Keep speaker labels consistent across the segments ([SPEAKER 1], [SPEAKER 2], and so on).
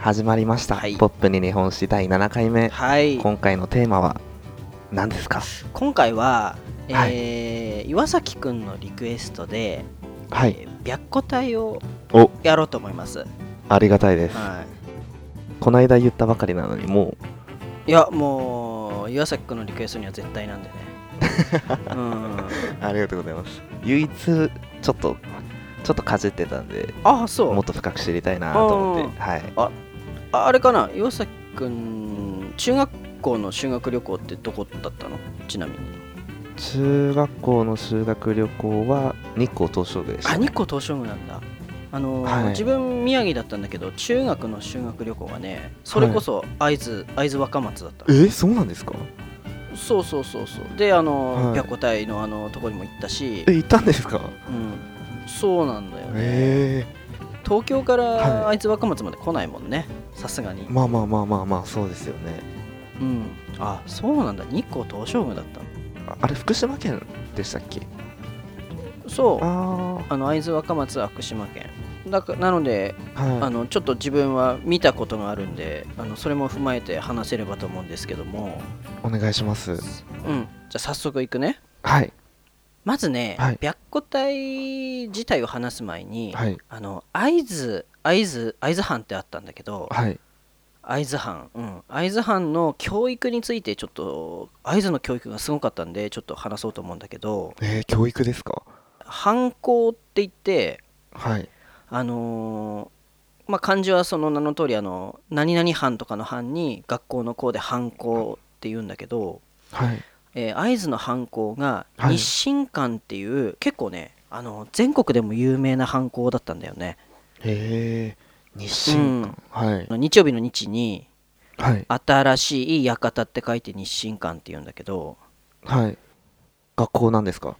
[SPEAKER 1] 始まりました、
[SPEAKER 2] はい
[SPEAKER 1] ポップに日本史第7回目、
[SPEAKER 2] はい
[SPEAKER 1] 今回のテーマは何ですか
[SPEAKER 2] 今回は、えー岩崎くんのリクエストで、
[SPEAKER 1] は
[SPEAKER 2] え
[SPEAKER 1] い
[SPEAKER 2] ー白虎隊を
[SPEAKER 1] お
[SPEAKER 2] やろうと思います、は
[SPEAKER 1] ありがたいです、この間言ったばかりなのにも
[SPEAKER 2] い、いやもう岩崎くんのリクエストには絶対なん でねうん
[SPEAKER 1] うありがとうございます唯一ちょっとちょっとかじってたんで
[SPEAKER 2] あそ
[SPEAKER 1] もっ
[SPEAKER 2] う
[SPEAKER 1] と深く知りたいなと思ってはい
[SPEAKER 2] ああれかな岩崎くん中学校の修学旅行ってどこだったのちなみに
[SPEAKER 1] 中学校の修学旅行は日光東照宮でし
[SPEAKER 2] あ
[SPEAKER 1] た
[SPEAKER 2] 日光東照宮なんだあのー
[SPEAKER 1] はい
[SPEAKER 2] 自分宮城だったんだけど中学の修学旅行がねそれこそ会津、会津若松だったの
[SPEAKER 1] えそうなんですか
[SPEAKER 2] そうそうそうそうであの、
[SPEAKER 1] はい
[SPEAKER 2] 白虎隊のあのとこにも行ったし
[SPEAKER 1] え、行ったんですか
[SPEAKER 2] うん、そうなんだよね、
[SPEAKER 1] え
[SPEAKER 2] 東京か
[SPEAKER 1] はい
[SPEAKER 2] ら会津若松まで来ないもんねさすがに
[SPEAKER 1] えまあまあまあまあまあそうですよね
[SPEAKER 2] うんあそうなんだ日光東照宮だったの
[SPEAKER 1] ああれ福島県でしたっけ
[SPEAKER 2] そうあ
[SPEAKER 1] あ
[SPEAKER 2] の会津若松は福島県だかなので、
[SPEAKER 1] あはい
[SPEAKER 2] あのちょっと自分は見たことがあるんであのそれも踏まえて話せればと思うんですけども
[SPEAKER 1] お願いします
[SPEAKER 2] うんじゃあ早速行くね
[SPEAKER 1] はい
[SPEAKER 2] まずね、
[SPEAKER 1] はい
[SPEAKER 2] 白虎隊自体を話す前に、
[SPEAKER 1] はい
[SPEAKER 2] あの会津会津会津藩ってあったんだけど
[SPEAKER 1] はい
[SPEAKER 2] 会津藩うん会津藩の教育についてちょっと会津の教育がすごかったんでちょっと話そうと思うんだけど
[SPEAKER 1] えー、教育ですか
[SPEAKER 2] 藩校って言って
[SPEAKER 1] はい
[SPEAKER 2] あのーまあ漢字はその名の通りあの何々藩とかの藩に学校の校で藩校って言うんだけど、
[SPEAKER 1] はい
[SPEAKER 2] えー会津の藩校が
[SPEAKER 1] はい
[SPEAKER 2] 日進館っていう、結構ねあの全国でも有名な藩校だったんだよね
[SPEAKER 1] えー、日清館、はい
[SPEAKER 2] あの日曜日の日に
[SPEAKER 1] はい
[SPEAKER 2] 新しい館って書いて日進館って言うんだけど
[SPEAKER 1] はい学校なんですか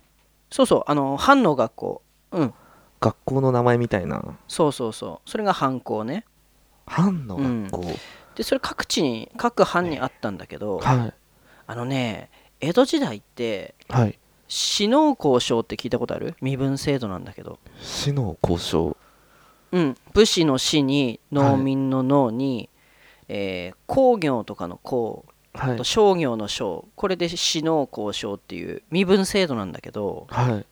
[SPEAKER 2] そうそうあの藩の学校うん
[SPEAKER 1] 学校の名前みたいな
[SPEAKER 2] そうそうそうそれが藩校ね
[SPEAKER 1] 藩の学校、
[SPEAKER 2] でそれ各地に各藩にあったんだけど、
[SPEAKER 1] はい
[SPEAKER 2] あのね江戸時代って
[SPEAKER 1] はい
[SPEAKER 2] 死能交渉って聞いたことある身分制度なんだけど
[SPEAKER 1] 市の交渉
[SPEAKER 2] うん武士の死に農民の農に、えー工業とかの工
[SPEAKER 1] はい
[SPEAKER 2] と商業の商これで死能交渉っていう身分制度なんだけど
[SPEAKER 1] はい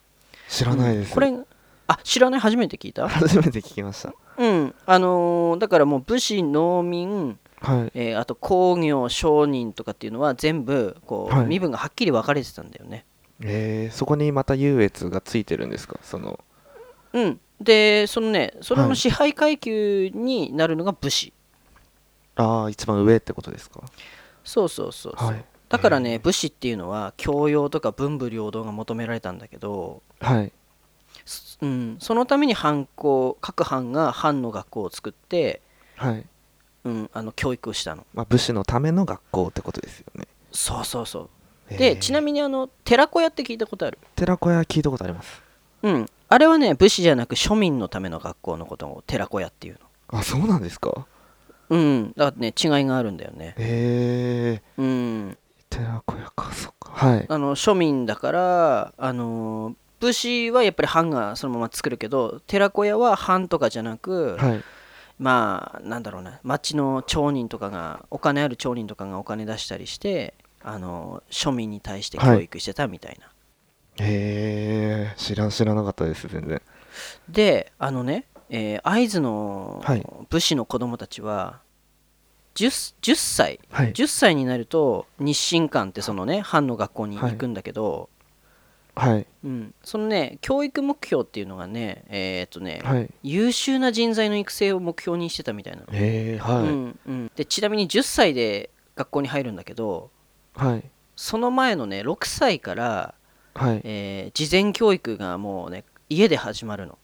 [SPEAKER 1] 知らないです、
[SPEAKER 2] これあ知らない初めて聞いた
[SPEAKER 1] 初めて聞きました
[SPEAKER 2] うんあのーだからもう武士農民、
[SPEAKER 1] はい
[SPEAKER 2] えーあと工業商人とかっていうのは全部こう、
[SPEAKER 1] はい
[SPEAKER 2] 身分がはっきり分かれてたんだよね
[SPEAKER 1] えー、そこにまた優越がついてるんですかその
[SPEAKER 2] うんでそのねそれ
[SPEAKER 1] は
[SPEAKER 2] の
[SPEAKER 1] い
[SPEAKER 2] 支配階級になるのが武士、
[SPEAKER 1] ああ一番上ってことですか
[SPEAKER 2] そうそうそうそう、
[SPEAKER 1] はい
[SPEAKER 2] だからね武士っていうのは教養とか文武両道が求められたんだけど、
[SPEAKER 1] はい
[SPEAKER 2] すうん、そのために藩校各藩が藩の学校を作って、
[SPEAKER 1] はい、
[SPEAKER 2] うん、あの教育をしたの
[SPEAKER 1] まあ、武士のための学校ってことですよね
[SPEAKER 2] そうそうそうで、ちな
[SPEAKER 1] に
[SPEAKER 2] みにあの寺子屋って聞いたことある
[SPEAKER 1] 寺子屋聞いたことあります
[SPEAKER 2] うんあれはね武士じゃなく庶民のための学校のことを寺子屋っていう
[SPEAKER 1] あそうなんですか
[SPEAKER 2] のうんだからね違いがあるんだよね
[SPEAKER 1] ええ
[SPEAKER 2] うん
[SPEAKER 1] 寺子屋かそっかはい
[SPEAKER 2] あの庶民だからあのー武士はやっぱり藩がそのまま作るけど寺子屋は藩とかじゃなく、
[SPEAKER 1] はい
[SPEAKER 2] まあなんだろうな町の町人とかがお金ある町人とかがお金出したりしてあの庶民に対して教育してたみたいな、
[SPEAKER 1] ええ知らん知らなかったです全然
[SPEAKER 2] であのね、えー会津の
[SPEAKER 1] はい
[SPEAKER 2] 武士の子供たちは 10, 10歳
[SPEAKER 1] はい
[SPEAKER 2] 10歳になると日進館ってそのね藩の学校に行くんだけど、
[SPEAKER 1] はい
[SPEAKER 2] うん、そのね教育目標っていうのがねえーっとね、
[SPEAKER 1] はい
[SPEAKER 2] 優秀な人材の育成を目標にしてたみたいなの、
[SPEAKER 1] ええはい、
[SPEAKER 2] うんうん、でちなみに10歳で学校に入るんだけど
[SPEAKER 1] はい
[SPEAKER 2] その前のね6歳から、
[SPEAKER 1] はい
[SPEAKER 2] えー事前教育がもうね家で始まるの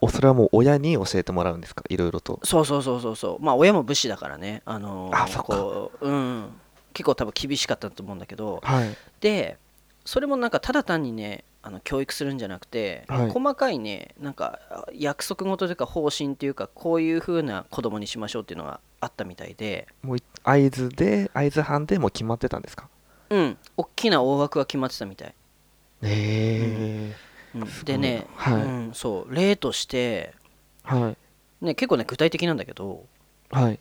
[SPEAKER 1] おそれはもう親に教えてもらうんですかいろいろと
[SPEAKER 2] そうそうそうそうそうまあ親も武士だからねあのー
[SPEAKER 1] あそっか
[SPEAKER 2] こう、うん、結構多分厳しかったと思うんだけど
[SPEAKER 1] はい
[SPEAKER 2] でそれもなんかただ単にねあの教育するんじゃなくて、
[SPEAKER 1] はい
[SPEAKER 2] 細かいねなんかあ約束事というか方針というかこういう風な子供にしましょうっていうのがあったみたいで
[SPEAKER 1] もうい会津で会津藩でもう決まってたんですか
[SPEAKER 2] うん大きな大枠が決まってたみたい、
[SPEAKER 1] ええ
[SPEAKER 2] うん
[SPEAKER 1] すごい
[SPEAKER 2] で
[SPEAKER 1] な
[SPEAKER 2] ね、
[SPEAKER 1] はい
[SPEAKER 2] うん、そう例として、
[SPEAKER 1] はい
[SPEAKER 2] ね、結構ね具体的なんだけど
[SPEAKER 1] はい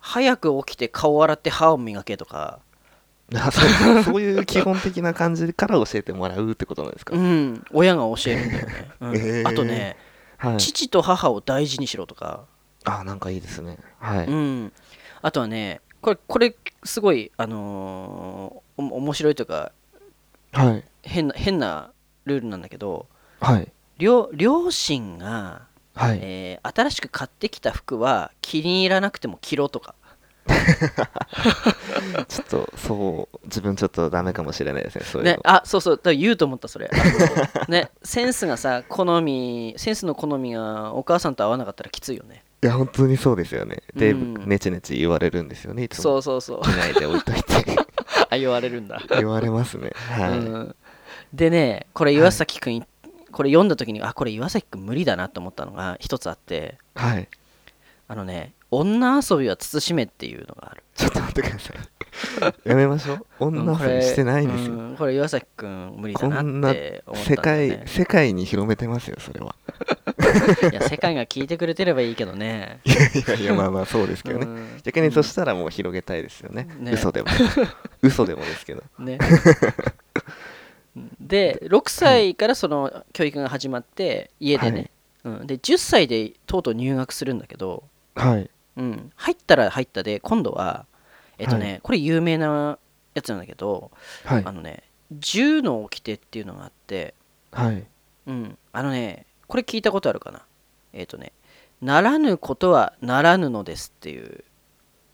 [SPEAKER 2] 早く起きて顔洗って歯を磨けとか、
[SPEAKER 1] あそうそういう基本的な感じから教えてもらうってことなんですか、
[SPEAKER 2] うん、親が教えるんだよね、うん
[SPEAKER 1] へー
[SPEAKER 2] あとね、
[SPEAKER 1] はい
[SPEAKER 2] 父と母を大事にしろとか、
[SPEAKER 1] あなんかいいですねはい、
[SPEAKER 2] うん、あとはねこれこれすごい、あのーお面白いというか
[SPEAKER 1] はい
[SPEAKER 2] 変な変なルールなんだけど
[SPEAKER 1] はい
[SPEAKER 2] 両両親が、
[SPEAKER 1] はい、
[SPEAKER 2] えー新しく買ってきた服は気に入らなくても着ろとか
[SPEAKER 1] ちょっとそう自分ちょっとダメかもしれないですねそういうの、
[SPEAKER 2] ね、あそうそうだから言うと思ったそれ、あのね、センスがさ好みセンスの好みがお母さんと合わなかったらきついよね
[SPEAKER 1] いや本当にそうですよねで、
[SPEAKER 2] うん
[SPEAKER 1] ネチネチ言われるんですよねいつも
[SPEAKER 2] そうそうそう
[SPEAKER 1] 見ないで置いといて
[SPEAKER 2] あ言われるんだ、
[SPEAKER 1] 言われますねはい、
[SPEAKER 2] うん、でねこれ岩崎くん、これ読んだ時にあこれ岩崎くん無理だなと思ったのが一つあって
[SPEAKER 1] はい
[SPEAKER 2] あのね女遊びは慎めっていうのがある
[SPEAKER 1] ちょっと待ってくださいやめましょう女遊びしてないんですよ、
[SPEAKER 2] うこれ岩崎くん無理だな
[SPEAKER 1] こんな
[SPEAKER 2] って思った
[SPEAKER 1] 世
[SPEAKER 2] んだよ
[SPEAKER 1] 界
[SPEAKER 2] ね
[SPEAKER 1] 世界に広めてますよそれ は
[SPEAKER 2] いや世界が聞いてくれてればいいけどね
[SPEAKER 1] いやいやいやまあまあそうですけどね、
[SPEAKER 2] うん
[SPEAKER 1] 逆にそしたらもう広げたいですよね
[SPEAKER 2] ね
[SPEAKER 1] 嘘 でも嘘でもですけど
[SPEAKER 2] ねで6歳からその教育が始まって家でね、うん、で10歳でとうとう入学するんだけど、
[SPEAKER 1] はい
[SPEAKER 2] うん、入ったら入ったで今度はえっとね、これ有名なやつなんだけど、
[SPEAKER 1] はい
[SPEAKER 2] あのね銃の掟っていうのがあって、
[SPEAKER 1] はい
[SPEAKER 2] うん、あのねこれ聞いたことあるかなえっとねならぬことはならぬのですっていう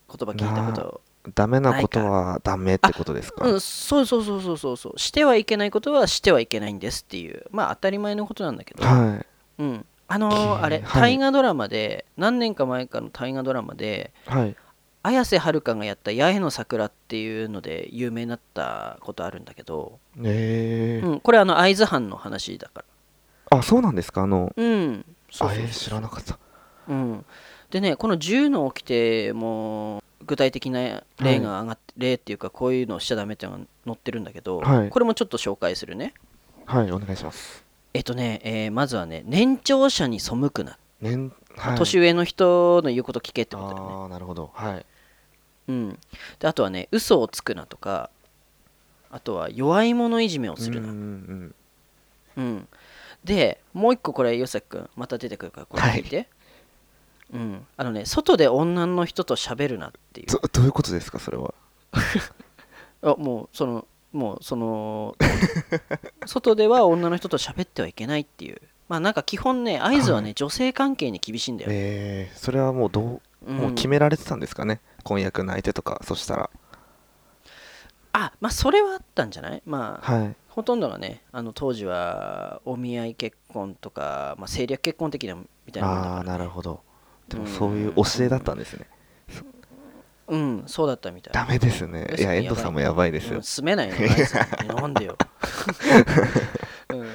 [SPEAKER 2] 言葉聞いたこと
[SPEAKER 1] ダメなことはダメってことですか
[SPEAKER 2] うん、そうそうそうそうそうそうしてはいけないことはしてはいけないんですっていうまあ当たり前のことなんだけど、
[SPEAKER 1] はい
[SPEAKER 2] うん、あの
[SPEAKER 1] き
[SPEAKER 2] ーあれ、
[SPEAKER 1] はい
[SPEAKER 2] 大河ドラマで何年か前かの大河ドラマで
[SPEAKER 1] はい
[SPEAKER 2] 綾瀬はるかがやった「八重の桜」っていうので有名になったことあるんだけど、
[SPEAKER 1] えー
[SPEAKER 2] うん、これあの会津藩の話だから
[SPEAKER 1] あそうなんですかあの
[SPEAKER 2] うんそう
[SPEAKER 1] あ
[SPEAKER 2] そう
[SPEAKER 1] えー知らなかった
[SPEAKER 2] うん、でねこの銃の掟も具体的な例が上がって、例っていうかこういうのをしちゃダメっていうのが載ってるんだけど、
[SPEAKER 1] はい
[SPEAKER 2] これもちょっと紹介するね
[SPEAKER 1] はいお願いします
[SPEAKER 2] えっとね、えーまずはね、年長者に背くな、
[SPEAKER 1] 年はい
[SPEAKER 2] 年上の人の言うこと聞けって
[SPEAKER 1] あ
[SPEAKER 2] ことだよね。
[SPEAKER 1] あーなるほどはい
[SPEAKER 2] うん、であとはね、嘘をつくなとか、あとは弱い者いじめをする
[SPEAKER 1] うん
[SPEAKER 2] な。
[SPEAKER 1] う
[SPEAKER 2] うん
[SPEAKER 1] んうん
[SPEAKER 2] で、もう一個これ、ヨセ君、また出てくるから、これ聞いて。うん、あのね、外で女の人と喋るなっていう。
[SPEAKER 1] どどういうことですかそれは
[SPEAKER 2] あもう、その、もう、その、 外では女の人と喋ってはいけないっていう。まあ、なんか基本ね、合図はね、
[SPEAKER 1] は
[SPEAKER 2] 女性関係に厳しいんだよ。
[SPEAKER 1] えー、それはもうどう
[SPEAKER 2] うん
[SPEAKER 1] もう決められてたんですかね、婚約の相手とかそしたら
[SPEAKER 2] あまあそれはあったんじゃないまあ、
[SPEAKER 1] はい
[SPEAKER 2] ほとんどがねあの当時はお見合い結婚とか、まあ、政略結婚的なみたいなもんだ
[SPEAKER 1] ああーなるほどでもそういう
[SPEAKER 2] うん
[SPEAKER 1] 教えだったんですね
[SPEAKER 2] うんそうだったみたい
[SPEAKER 1] ダメですねいや
[SPEAKER 2] ですね
[SPEAKER 1] 遠藤さんもやばいです
[SPEAKER 2] う
[SPEAKER 1] よ
[SPEAKER 2] ん、住 めないのないですよなんでよ、うん、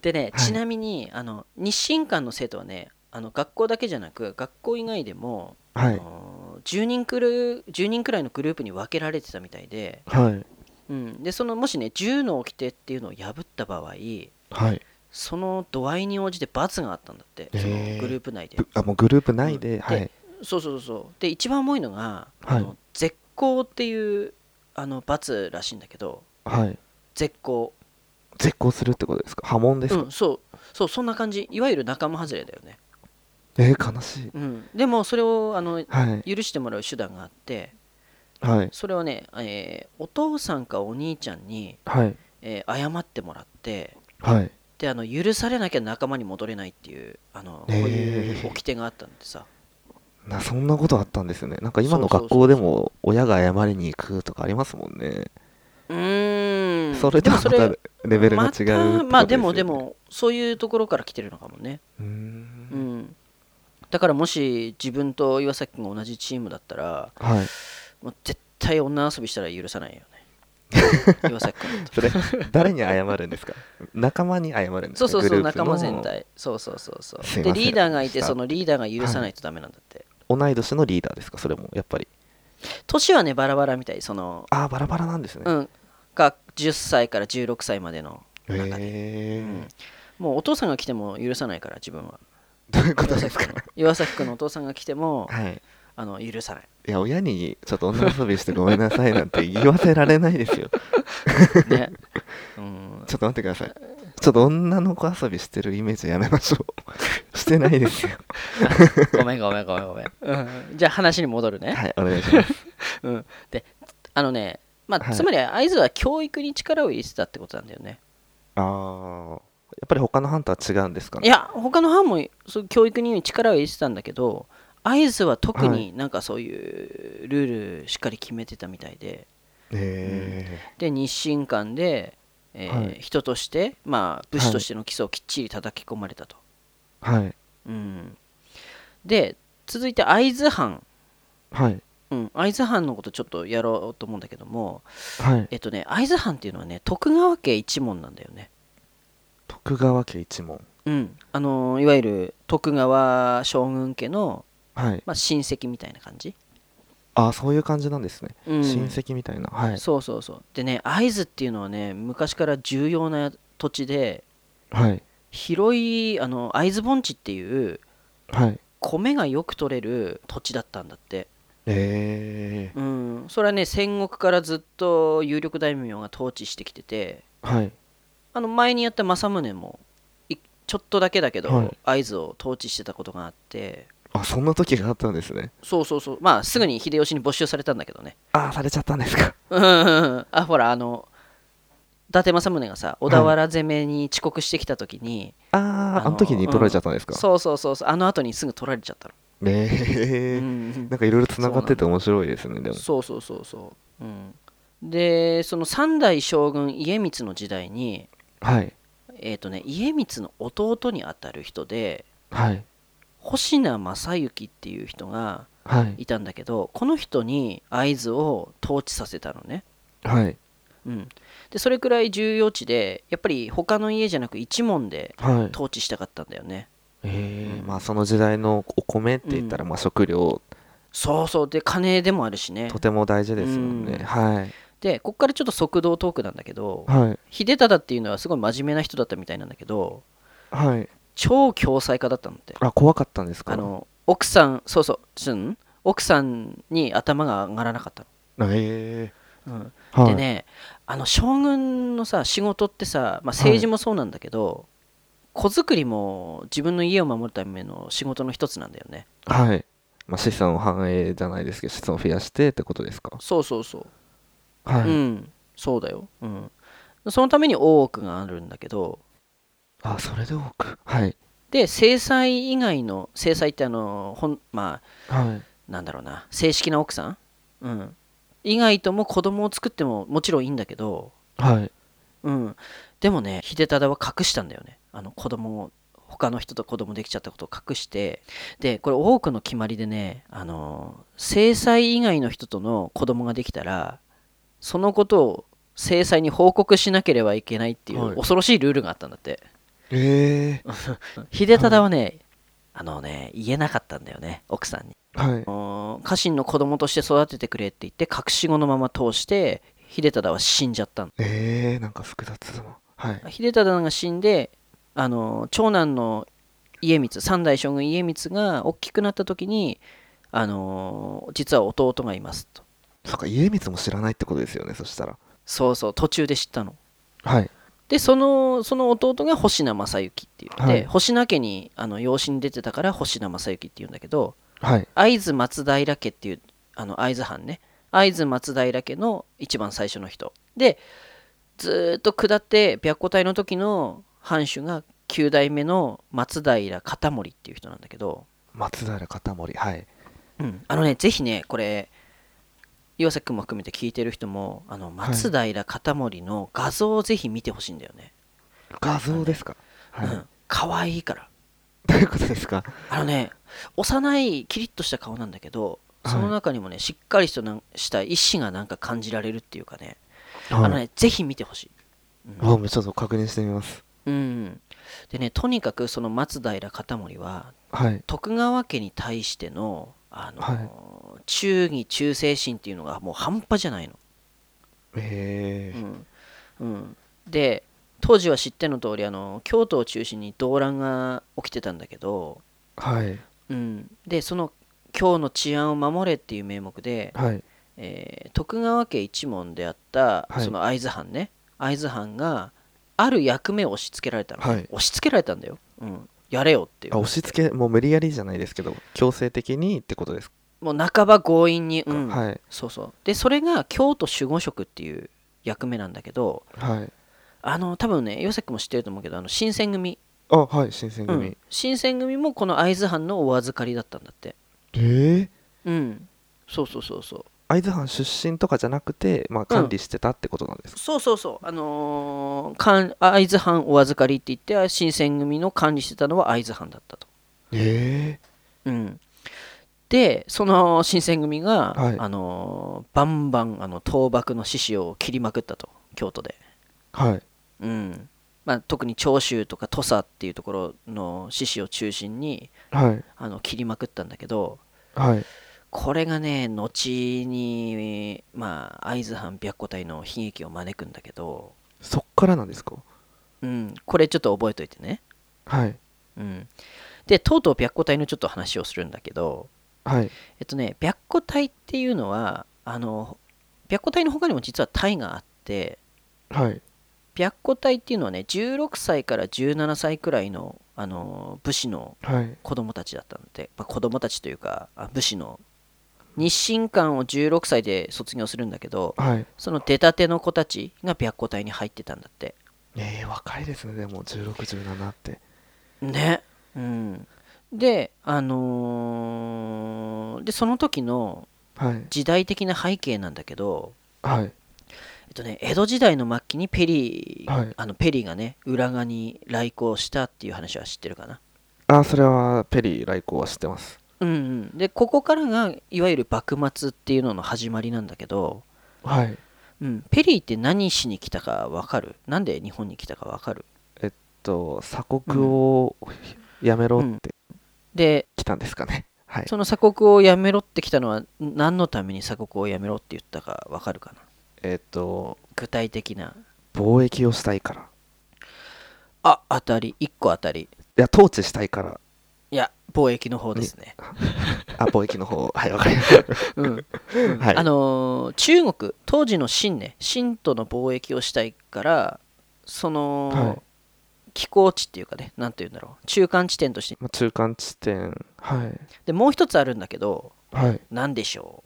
[SPEAKER 2] でね
[SPEAKER 1] はい
[SPEAKER 2] ちなみに、あの日清館の生徒はねあの学校だけじゃなく学校以外でも、
[SPEAKER 1] は
[SPEAKER 2] あ
[SPEAKER 1] い
[SPEAKER 2] の10人くる10人くらいのグループに分けられてたみたいで,、
[SPEAKER 1] はい
[SPEAKER 2] うん、でそのもしね10の掟っていうのを破った場
[SPEAKER 1] は
[SPEAKER 2] 合、
[SPEAKER 1] い
[SPEAKER 2] その度合いに応じて罰があったんだって、
[SPEAKER 1] へー
[SPEAKER 2] そのグループ内で
[SPEAKER 1] ぶあもうグループ内
[SPEAKER 2] う
[SPEAKER 1] で
[SPEAKER 2] ん
[SPEAKER 1] はい
[SPEAKER 2] そうそうそうで一番重いのが、
[SPEAKER 1] はい
[SPEAKER 2] あの絶交っていうあの罰らしいんだけど
[SPEAKER 1] はい
[SPEAKER 2] 絶交
[SPEAKER 1] 絶交するってことですか破門ですか
[SPEAKER 2] うんそうそうそんな感じいわゆる仲間外れだよね、
[SPEAKER 1] えー悲しい
[SPEAKER 2] うん、でもそれをあの
[SPEAKER 1] はい
[SPEAKER 2] 許してもらう手段があって
[SPEAKER 1] はい
[SPEAKER 2] それをね、えーお父さんかお兄ちゃんに、
[SPEAKER 1] はい
[SPEAKER 2] えー謝ってもらって
[SPEAKER 1] はい
[SPEAKER 2] であの許されなきゃ仲間に戻れないっていうあのこうい
[SPEAKER 1] へ
[SPEAKER 2] う
[SPEAKER 1] ー
[SPEAKER 2] 掟があったんでさ
[SPEAKER 1] なそんなことあったんですねなんか今の
[SPEAKER 2] そうそうそう
[SPEAKER 1] 学校でも親が謝りに行くとかありますもんね
[SPEAKER 2] うーん
[SPEAKER 1] それとはまたレベルが違うってことですよ
[SPEAKER 2] ま
[SPEAKER 1] ね
[SPEAKER 2] たまあでもでもそういうところから来てるのかもね、
[SPEAKER 1] うー
[SPEAKER 2] うんん、だからもし自分と岩崎君が同じチームだったら
[SPEAKER 1] はい
[SPEAKER 2] もう絶対女遊びしたら許さないよ ね岩崎君だと
[SPEAKER 1] それ誰に謝るんですか仲間に謝るんですか
[SPEAKER 2] そうそう
[SPEAKER 1] グ
[SPEAKER 2] そ
[SPEAKER 1] ル
[SPEAKER 2] う
[SPEAKER 1] ープ
[SPEAKER 2] 仲
[SPEAKER 1] の
[SPEAKER 2] 間全体そうそうそうそ
[SPEAKER 1] す
[SPEAKER 2] う
[SPEAKER 1] い
[SPEAKER 2] で
[SPEAKER 1] ません
[SPEAKER 2] リーダーがいて
[SPEAKER 1] した
[SPEAKER 2] そのリーダーが許さないとダメなんだって、
[SPEAKER 1] 同い年のリーダーですかそれもやっぱり
[SPEAKER 2] 年はねバラバラみたいその
[SPEAKER 1] ああバラバラなんですね
[SPEAKER 2] うんが10歳から16歳までの、
[SPEAKER 1] へ
[SPEAKER 2] う
[SPEAKER 1] え
[SPEAKER 2] んもうお父さんが来ても許さないから自分は
[SPEAKER 1] どういうこと
[SPEAKER 2] 岩
[SPEAKER 1] で
[SPEAKER 2] 崎
[SPEAKER 1] すか
[SPEAKER 2] 君の岩崎君のお父さんが来ても
[SPEAKER 1] はい
[SPEAKER 2] あの許さない
[SPEAKER 1] いや親にちょっと女遊びしてごめんなさいなんて言わせられないですよ
[SPEAKER 2] ね、うん、
[SPEAKER 1] ちょっと待ってくださいちょっと女の子遊びしてるイメージやめましょう してないですよ
[SPEAKER 2] ごめんごめんごめんごめん、うん、じゃあ話に戻るね、
[SPEAKER 1] はいお願いします
[SPEAKER 2] うん、であのね、まあ
[SPEAKER 1] はい
[SPEAKER 2] つまり会津は教育に力を入れてたってことなんだよね
[SPEAKER 1] あーやっぱり他の班とは違うんですか
[SPEAKER 2] い
[SPEAKER 1] ね
[SPEAKER 2] や他の班もそう教育に力を入れてたんだけど会津は特になんかそういうルールしっかり決めてたみたいで、
[SPEAKER 1] え
[SPEAKER 2] で日清館で、えー
[SPEAKER 1] はい
[SPEAKER 2] 人として、まあ、武士としての基礎をきっちり叩き込まれたと、
[SPEAKER 1] ーはい
[SPEAKER 2] うん、で続いて会津藩、
[SPEAKER 1] はい
[SPEAKER 2] うん、会津藩のことちょっとやろうと思うんだけども
[SPEAKER 1] はい
[SPEAKER 2] えっとね会津藩っていうのはね徳川家一門なんだよね
[SPEAKER 1] 徳川家一門
[SPEAKER 2] うんあのーいわゆる徳川将軍家の、
[SPEAKER 1] はい
[SPEAKER 2] まあ、親戚みたいな感じ、
[SPEAKER 1] あーそういう感じなんですね、
[SPEAKER 2] うん、
[SPEAKER 1] 親戚みたいなはい
[SPEAKER 2] そうそうそうでね会津っていうのはね昔から重要な土地で
[SPEAKER 1] はい
[SPEAKER 2] 広いあの会津盆地っていう
[SPEAKER 1] はい
[SPEAKER 2] 米がよく取れる土地だったんだって、
[SPEAKER 1] え
[SPEAKER 2] うん、それはね戦国からずっと有力大名が統治してきてて
[SPEAKER 1] ー、はい
[SPEAKER 2] あの前にやった政宗もいちょっとだけだけど、
[SPEAKER 1] はい
[SPEAKER 2] 会津を統治してたことがあって
[SPEAKER 1] あそんな時があったんですね
[SPEAKER 2] そうそうそうまあすぐに秀吉に没収されたんだけどね
[SPEAKER 1] ああされちゃったんですか
[SPEAKER 2] うんうんうんあほらあの伊達政宗がさ小田原攻めに遅刻してきた時に、
[SPEAKER 1] あ
[SPEAKER 2] あ
[SPEAKER 1] あ
[SPEAKER 2] の
[SPEAKER 1] あの時に取られちゃったんですか、
[SPEAKER 2] そうそうそうそうあの後にすぐ取られちゃったの、
[SPEAKER 1] ね
[SPEAKER 2] う
[SPEAKER 1] え
[SPEAKER 2] んうん
[SPEAKER 1] なんかいろいろつながってて面白いですねでも
[SPEAKER 2] そうそうそうそう、うん、でその三代将軍家光の時代に
[SPEAKER 1] はい
[SPEAKER 2] えっ、とね家光の弟にあたる人で
[SPEAKER 1] はい
[SPEAKER 2] 星名正幸っていう人が
[SPEAKER 1] はい
[SPEAKER 2] いたんだけどこの人に会津を統治させたのね、
[SPEAKER 1] はい
[SPEAKER 2] うん、でそれくらい重要地でやっぱり他の家じゃなく一門で
[SPEAKER 1] はい
[SPEAKER 2] 統治したかったんだよね
[SPEAKER 1] えーまあその時代のお米って言ったらまあ食料
[SPEAKER 2] そうそうで金でもあるしね
[SPEAKER 1] とても大事ですもんね
[SPEAKER 2] うん
[SPEAKER 1] はい
[SPEAKER 2] でこっからちょっと速道トークなんだけど
[SPEAKER 1] はい
[SPEAKER 2] 秀忠っていうのはすごい真面目な人だったみたいなんだけど
[SPEAKER 1] はい
[SPEAKER 2] 超共済家だったんだって
[SPEAKER 1] あ怖かったんですか
[SPEAKER 2] あの奥さんそうそうつん奥さんに頭が上がらなかった
[SPEAKER 1] え
[SPEAKER 2] の、うん
[SPEAKER 1] えはい
[SPEAKER 2] でねあの将軍のさ仕事ってさ、まあ、政治もそうなんだけど、子作りも自分の家を守るための仕事の一つなんだよね
[SPEAKER 1] はいまあ資産を反映じゃないですけど資産を増やしてってことですか
[SPEAKER 2] そうそうそう、
[SPEAKER 1] は
[SPEAKER 2] う
[SPEAKER 1] い
[SPEAKER 2] んそうだよ、うん、そのために大奥があるんだけど
[SPEAKER 1] あそれで多くはい
[SPEAKER 2] で制裁以外の制裁ってあのほんまあ
[SPEAKER 1] はい
[SPEAKER 2] なんだろうな正式な奥さん、うん、以外とも子供を作ってももちろんいいんだけど、
[SPEAKER 1] はい
[SPEAKER 2] うん、でもね秀忠は隠したんだよねあの子供を他の人と子供できちゃったことを隠してでこれ多くの決まりでねあの制裁以外の人との子供ができたらそのことを制裁に報告しなければいけないってい
[SPEAKER 1] は
[SPEAKER 2] う
[SPEAKER 1] い
[SPEAKER 2] 恐ろしいルールがあったんだって、
[SPEAKER 1] ええ
[SPEAKER 2] 秀忠はね、あのね言えなかったんだよね奥さんに。
[SPEAKER 1] はい
[SPEAKER 2] あの家臣の子供として育ててくれって言って隠し子のまま通して秀忠は死んじゃったの
[SPEAKER 1] ええなんか複雑だなはい
[SPEAKER 2] 秀忠が死んであの長男の家光三代将軍家光が大きくなった時にあの実は弟がいますと
[SPEAKER 1] そっか家光も知らないってことですよねそしたら
[SPEAKER 2] そうそう途中で知ったの
[SPEAKER 1] はい
[SPEAKER 2] でそのその弟が星名正幸って言って、
[SPEAKER 1] はい
[SPEAKER 2] 星名家にあの養子に出てたから星名正幸って言うんだけど、
[SPEAKER 1] はい
[SPEAKER 2] 会津松平家っていうあの会津藩ね会津松平家の一番最初の人でずーっと下って白虎隊の時の藩主が9代目の松平片森っていう人なんだけど、
[SPEAKER 1] 松平片森はい
[SPEAKER 2] あのねぜひねこれ岩崎君も含めて聞いてる人もあの松平片森の画像をぜひ見てほしいんだよね、
[SPEAKER 1] 画像ですかはい、
[SPEAKER 2] うん、かわいいから
[SPEAKER 1] どういうことですか
[SPEAKER 2] あのね幼いキリッとした顔なんだけど
[SPEAKER 1] はい
[SPEAKER 2] その中にもね、しっかりとなんした意志がなんか感じられるっていうかね、あの
[SPEAKER 1] はい
[SPEAKER 2] ねぜひ見てほしい、うん
[SPEAKER 1] あちょっと確認してみます
[SPEAKER 2] うんでねとにかくその松平片盛は
[SPEAKER 1] はい
[SPEAKER 2] 徳川家に対してのあの、
[SPEAKER 1] はい
[SPEAKER 2] 忠義忠誠心っていうのがもう半端じゃないの、
[SPEAKER 1] へ
[SPEAKER 2] う
[SPEAKER 1] え
[SPEAKER 2] んうん、で当時は知っての通りあの京都を中心に動乱が起きてたんだけど、
[SPEAKER 1] はい
[SPEAKER 2] うん、でその今日の治安を守れっていう名目で、
[SPEAKER 1] はい
[SPEAKER 2] えー徳川家一門であった、
[SPEAKER 1] はい
[SPEAKER 2] その会津藩ね会津藩がある役目を押し付けられたの、
[SPEAKER 1] はい
[SPEAKER 2] 押し付けられたんだよ、うん、やれよっていう
[SPEAKER 1] あ押し付けもう無理やりじゃないですけど強制的にってことですか、
[SPEAKER 2] もう半ば強引に、うん
[SPEAKER 1] はい
[SPEAKER 2] そうそうでそれが京都守護職っていう役目なんだけど
[SPEAKER 1] はい
[SPEAKER 2] あの多分ねヨセクも知ってると思うけどあの新選組、
[SPEAKER 1] あはい新選
[SPEAKER 2] う
[SPEAKER 1] 組、
[SPEAKER 2] ん、新選組もこの会津藩のお預かりだったんだって
[SPEAKER 1] えー
[SPEAKER 2] うんそうそうそうそう
[SPEAKER 1] 会津藩出身とかじゃなくて、まあ、管理してたってことなんですか、
[SPEAKER 2] そうそうそう、あのー管会津藩お預かりって言って新選組の管理してたのは会津藩だったと、
[SPEAKER 1] え
[SPEAKER 2] うん、でその新選組が、
[SPEAKER 1] はい
[SPEAKER 2] あのーバンバンあの倒幕の志士を切りまくったと京都で、
[SPEAKER 1] えはい
[SPEAKER 2] うんまあ、特に長州とか土佐っていうところの志士を中心に
[SPEAKER 1] はい
[SPEAKER 2] あの切りまくったんだけど
[SPEAKER 1] はい
[SPEAKER 2] これがね後に、まあ、会津藩白虎隊の悲劇を招くんだけど、
[SPEAKER 1] そっからなんですか
[SPEAKER 2] うん、これちょっと覚えといてね
[SPEAKER 1] はい
[SPEAKER 2] うん、でとうとう白虎隊のちょっと話をするんだけど
[SPEAKER 1] はい
[SPEAKER 2] えっとね白虎隊っていうのはあの白虎隊の他にも実は隊があって
[SPEAKER 1] はい
[SPEAKER 2] 白虎隊っていうのはね16歳から17歳くらいのあの武士の
[SPEAKER 1] はい
[SPEAKER 2] 子供たちだったので、まあ、子供たちというかあ武士の日清館を16歳で卒業するんだけど
[SPEAKER 1] はい
[SPEAKER 2] その出たての子たちが白虎隊に入ってたんだって
[SPEAKER 1] ええ若いですねでも1617って
[SPEAKER 2] ねうんであのーでその時の
[SPEAKER 1] はい
[SPEAKER 2] 時代的な背景なんだけど、
[SPEAKER 1] はい
[SPEAKER 2] えっとね、江戸時代の末期にペリー、
[SPEAKER 1] はい
[SPEAKER 2] あのペリーがね浦賀に来航したっていう話は知ってるかな。
[SPEAKER 1] あそれはペリー来航は知ってます
[SPEAKER 2] うんうん、でここからがいわゆる幕末っていうのの始まりなんだけど、
[SPEAKER 1] はい
[SPEAKER 2] うん、ペリーって何しに来たかわかるなんで日本に来たかわかる
[SPEAKER 1] と鎖国をやめろって
[SPEAKER 2] で
[SPEAKER 1] 来たんですかね、はい
[SPEAKER 2] その鎖国をやめろって来たのは何のために鎖国をやめろって言ったかわかるかな
[SPEAKER 1] えっ、と
[SPEAKER 2] 具体的な
[SPEAKER 1] 貿易をしたいからい
[SPEAKER 2] あ当たり1個当たり
[SPEAKER 1] や統治したいから
[SPEAKER 2] いや貿易の方ですね、
[SPEAKER 1] あ貿易の方 はいわかりました
[SPEAKER 2] うん、
[SPEAKER 1] はい
[SPEAKER 2] あのー中国当時の清ね清との貿易をしたいからその、
[SPEAKER 1] はい
[SPEAKER 2] 寄港地っていうかね何て言うんだろう中間地点として
[SPEAKER 1] まあ中間地点はい
[SPEAKER 2] でもう一つあるんだけど
[SPEAKER 1] はい
[SPEAKER 2] 何でしょ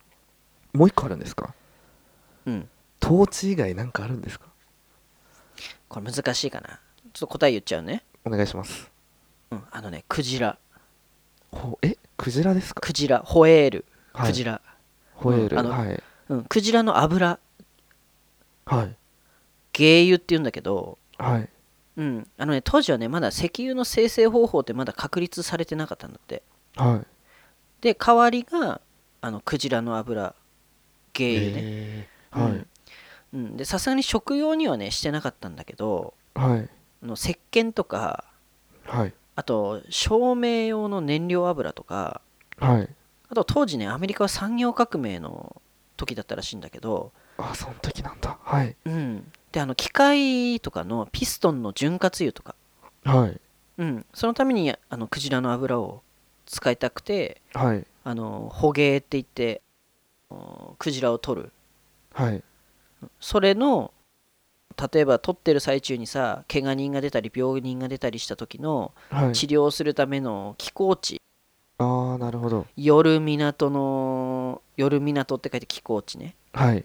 [SPEAKER 1] もう一個あるんですか
[SPEAKER 2] う、うん、
[SPEAKER 1] 統治以外なんかあるんですか
[SPEAKER 2] これ難しいかなちょっと答え言っちゃうね、
[SPEAKER 1] お願いします
[SPEAKER 2] うん、あのねクジラ
[SPEAKER 1] ほえクジラですか
[SPEAKER 2] クジラホエール
[SPEAKER 1] はい
[SPEAKER 2] クジラ、
[SPEAKER 1] ホエール、
[SPEAKER 2] うんあの
[SPEAKER 1] はい
[SPEAKER 2] うん、クジラの油
[SPEAKER 1] はい
[SPEAKER 2] 鯨油っていうんだけど
[SPEAKER 1] はい
[SPEAKER 2] うん、あのね当時はねまだ石油の生成方法ってまだ確立されてなかったんだって
[SPEAKER 1] はい
[SPEAKER 2] で代わりがあのクジラの油
[SPEAKER 1] え
[SPEAKER 2] 鯨油
[SPEAKER 1] は
[SPEAKER 2] ね、
[SPEAKER 1] い、
[SPEAKER 2] うん、でさすがに食用にはねしてなかったんだけど
[SPEAKER 1] はい
[SPEAKER 2] あの石鹸とか
[SPEAKER 1] はい
[SPEAKER 2] あと照明用の燃料油とか
[SPEAKER 1] はい
[SPEAKER 2] あと当時ねアメリカは産業革命の時だったらしいんだけど、
[SPEAKER 1] あその時なんだはい
[SPEAKER 2] うん、であの機械とかのピストンの潤滑油とか、
[SPEAKER 1] はい
[SPEAKER 2] うん、そのためにあのクジラの油を使いたくて
[SPEAKER 1] はい
[SPEAKER 2] あの捕鯨って言ってあのクジラを取る
[SPEAKER 1] はい
[SPEAKER 2] それの例えば取ってる最中にさ怪我人が出たり病人が出たりした時の
[SPEAKER 1] はい
[SPEAKER 2] 治療するための寄港地、
[SPEAKER 1] ああなるほど
[SPEAKER 2] 夜港の夜港って書いて寄港地ね、
[SPEAKER 1] はい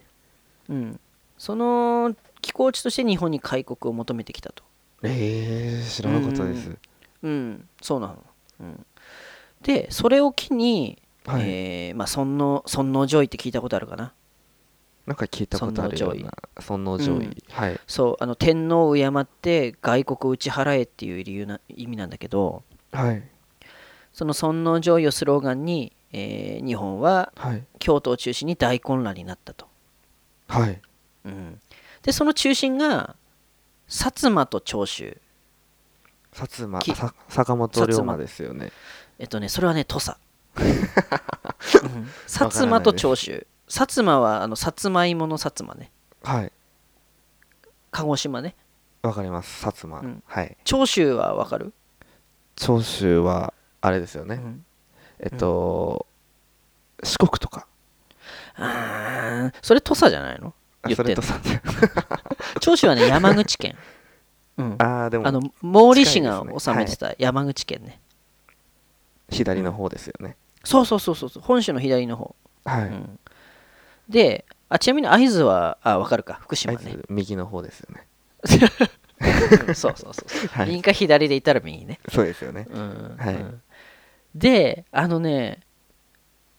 [SPEAKER 2] うん、その寄港地として日本に開国を求めてきたと、
[SPEAKER 1] ええ知らなかったです、
[SPEAKER 2] ううん、そうなの、うん、でそれを機に、
[SPEAKER 1] はい、
[SPEAKER 2] えーまあ、尊王尊王攘夷って聞いたことあるかな
[SPEAKER 1] なんか聞いたことあるような尊王
[SPEAKER 2] 攘夷
[SPEAKER 1] 攘夷はい
[SPEAKER 2] そうあの天皇を敬って外国を打ち払えっていう理由な意味なんだけど
[SPEAKER 1] はい
[SPEAKER 2] その尊王攘夷をスローガンに、えー日本は
[SPEAKER 1] はい
[SPEAKER 2] 京都を中心に大混乱になったと、
[SPEAKER 1] はい
[SPEAKER 2] うん、でその中心が薩摩と長州
[SPEAKER 1] 薩摩
[SPEAKER 2] き
[SPEAKER 1] さ坂本龍馬ですよね
[SPEAKER 2] えっとねそれはね土 佐、うん薩摩と長州薩摩はあの薩摩芋の薩摩ね
[SPEAKER 1] はい
[SPEAKER 2] 鹿児島ね
[SPEAKER 1] わかります薩摩、
[SPEAKER 2] うん
[SPEAKER 1] はい
[SPEAKER 2] 長州はわかる、
[SPEAKER 1] 長州はあれですよ
[SPEAKER 2] う
[SPEAKER 1] ね
[SPEAKER 2] ん
[SPEAKER 1] えっと、四国とか。
[SPEAKER 2] あーそれ土佐じゃないの
[SPEAKER 1] あ
[SPEAKER 2] 言って
[SPEAKER 1] そ
[SPEAKER 2] んの
[SPEAKER 1] れとさ、
[SPEAKER 2] 長州はね山口県、うん、あ
[SPEAKER 1] ああ、でも
[SPEAKER 2] の毛利氏
[SPEAKER 1] 近い
[SPEAKER 2] が
[SPEAKER 1] ですね
[SPEAKER 2] 治めてた山口県ね
[SPEAKER 1] 左の方ですよね。
[SPEAKER 2] そうそうそうそうそう本州の左の方、
[SPEAKER 1] は
[SPEAKER 2] う
[SPEAKER 1] い。
[SPEAKER 2] ん、であちなみに会津はあ分かるか福島
[SPEAKER 1] 会
[SPEAKER 2] ね
[SPEAKER 1] 津右の方ですよね。
[SPEAKER 2] うんそうそうそうそう、
[SPEAKER 1] はい
[SPEAKER 2] 右か左でいたら右ね、
[SPEAKER 1] そうですよね。
[SPEAKER 2] うん
[SPEAKER 1] はい
[SPEAKER 2] うんであのね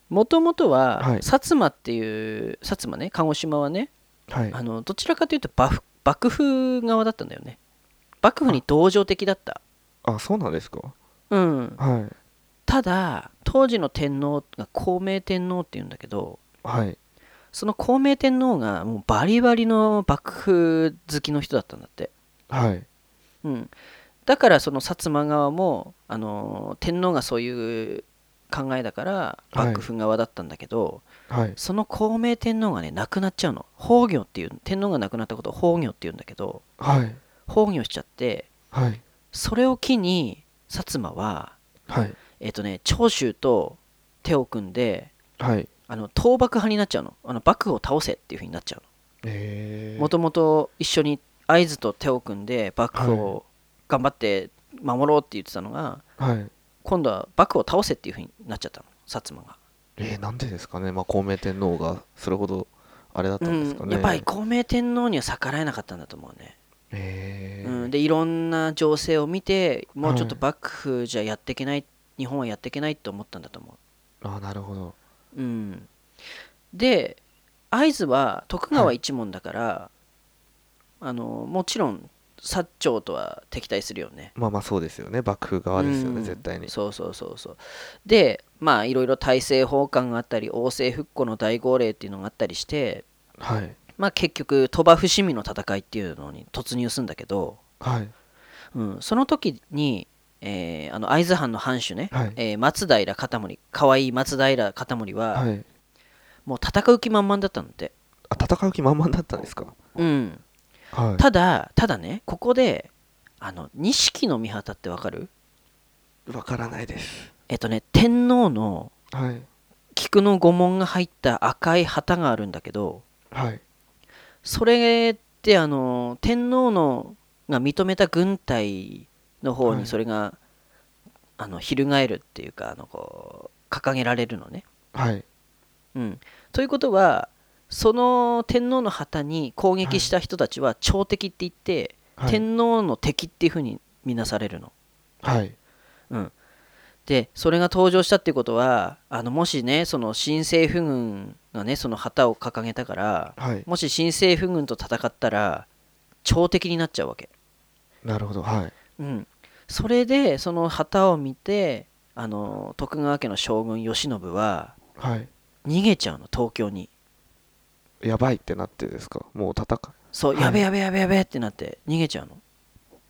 [SPEAKER 2] もともとは、
[SPEAKER 1] はい
[SPEAKER 2] 薩摩っていう薩摩ね鹿児島はね、
[SPEAKER 1] はい。
[SPEAKER 2] あのどちらかというと幕府幕府側だったんだよね幕府に同情的だった
[SPEAKER 1] あ、そうなんですか
[SPEAKER 2] うん
[SPEAKER 1] はい。
[SPEAKER 2] ただ当時の天皇が孝明天皇っていうんだけど
[SPEAKER 1] はい。
[SPEAKER 2] その孝明天皇がもうバリバリの幕府好きの人だったんだって、
[SPEAKER 1] はい。
[SPEAKER 2] うん、だからその薩摩側も、あのー天皇がそういう考えだから
[SPEAKER 1] はい
[SPEAKER 2] 幕府側だったんだけど、
[SPEAKER 1] はい。
[SPEAKER 2] その孝明天皇がね亡くなっちゃうの崩御っていう天皇が亡くなったことを崩御っていうんだけど
[SPEAKER 1] はい。
[SPEAKER 2] 崩御しちゃって
[SPEAKER 1] はい。
[SPEAKER 2] それを機に薩摩は
[SPEAKER 1] はい。
[SPEAKER 2] えっ、とね長州と手を組んで
[SPEAKER 1] はい。
[SPEAKER 2] あの倒幕派になっちゃうのあの幕府を倒せっていうふうになっちゃうの
[SPEAKER 1] えー。
[SPEAKER 2] もともと一緒に会津と手を組んで幕府を頑張って守ろうって言ってたのが
[SPEAKER 1] はい。
[SPEAKER 2] 今度は幕府を倒せっていうふうになっちゃったの薩摩が、
[SPEAKER 1] えー、なんでですかね。まあ、孔明天皇がそれほどあれだったんですか
[SPEAKER 2] うん
[SPEAKER 1] ね。
[SPEAKER 2] やっぱり孝明天皇には逆らえなかったんだと思うね、
[SPEAKER 1] え
[SPEAKER 2] うん、
[SPEAKER 1] ー。
[SPEAKER 2] でいろんな情勢を見てもうちょっと幕府じゃやっていけない、日本はやっていけないって思ったんだと思
[SPEAKER 1] あ、なるほど。
[SPEAKER 2] う、うん、で会津は徳川一門だから、あのもちろん薩長とは敵対するよね
[SPEAKER 1] まあまあ、そうですよね。幕府側ですよね、
[SPEAKER 2] うん
[SPEAKER 1] 絶対に。
[SPEAKER 2] そうそうそうそうでまあいろいろ大政奉還があったり王政復古の大号令っていうのがあったりして
[SPEAKER 1] はい。
[SPEAKER 2] まあ結局鳥羽伏見の戦いっていうのに突入するんだけど、
[SPEAKER 1] はい。
[SPEAKER 2] うん、その時に、えーあの会津藩の藩主ね、
[SPEAKER 1] はい。
[SPEAKER 2] えー松平片盛可愛い松平片盛は、
[SPEAKER 1] はい。
[SPEAKER 2] もう戦う気満々だったんだって、
[SPEAKER 1] あ、戦う気満々だったんですか
[SPEAKER 2] うん、
[SPEAKER 1] はい。
[SPEAKER 2] ただただねここであの錦の御旗ってわかる
[SPEAKER 1] わからないです。
[SPEAKER 2] えっ、とね天皇の
[SPEAKER 1] はい。
[SPEAKER 2] 菊の御紋が入った赤い旗があるんだけど
[SPEAKER 1] はい。
[SPEAKER 2] それってあの天皇のが認めた軍隊の方
[SPEAKER 1] は
[SPEAKER 2] に
[SPEAKER 1] い
[SPEAKER 2] それが、あの翻るっていうかあのこう掲げられるのね。
[SPEAKER 1] はい。
[SPEAKER 2] うん、ということはその天皇の旗に攻撃した人たちは朝敵って言って、
[SPEAKER 1] はい。
[SPEAKER 2] 天皇の敵っていうふうに見なされるの。
[SPEAKER 1] はい。
[SPEAKER 2] うん、でそれが登場したっていうことはあのもしねその新政府軍がねその旗を掲げたから
[SPEAKER 1] はい。
[SPEAKER 2] もし新政府軍と戦ったら朝敵になっちゃうわけ、
[SPEAKER 1] なるほど。はい。
[SPEAKER 2] うん、それでその旗を見てあの徳川家の将軍慶喜は
[SPEAKER 1] はい。
[SPEAKER 2] 逃げちゃうの東京に
[SPEAKER 1] やばいってなってですかもう戦い。
[SPEAKER 2] そう、
[SPEAKER 1] はい
[SPEAKER 2] やべやべやべやべってなって逃げちゃうの、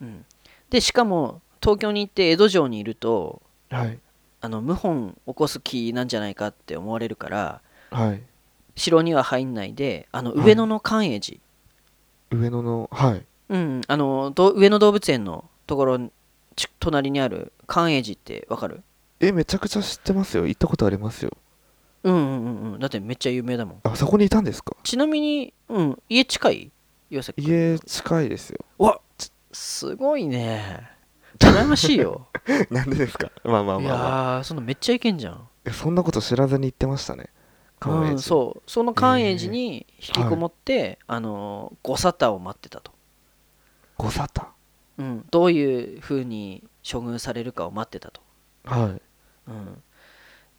[SPEAKER 2] うん、でしかも東京に行って江戸城にいると
[SPEAKER 1] はい。
[SPEAKER 2] あの謀反起こす気なんじゃないかって思われるから
[SPEAKER 1] はい。
[SPEAKER 2] 城には入んないであの上野の寛永寺、
[SPEAKER 1] 上野の、はい。
[SPEAKER 2] うん、あのど上野動物園のところち隣にある寛永寺ってわかる
[SPEAKER 1] え、めちゃくちゃ知ってますよ。行ったことありますよ。
[SPEAKER 2] うんうんうんうんだってめっちゃ有名だもん
[SPEAKER 1] あそこにいたんですか
[SPEAKER 2] ちなみに、うん、家近い岩崎君
[SPEAKER 1] 家近いですよ。
[SPEAKER 2] うわちすごいね羨ましいよ
[SPEAKER 1] なんでですかま あまあ
[SPEAKER 2] い
[SPEAKER 1] まあ、まあ
[SPEAKER 2] やーそのめっちゃいけんじゃん、
[SPEAKER 1] えそんなこと知らずに行ってましたね。寛永
[SPEAKER 2] うん、
[SPEAKER 1] 寺
[SPEAKER 2] そうその寛永寺に引きこもって、あのーご沙汰を待ってたと、
[SPEAKER 1] ご沙汰。
[SPEAKER 2] うん、どういうふうに処遇されるかを待ってたと
[SPEAKER 1] はい。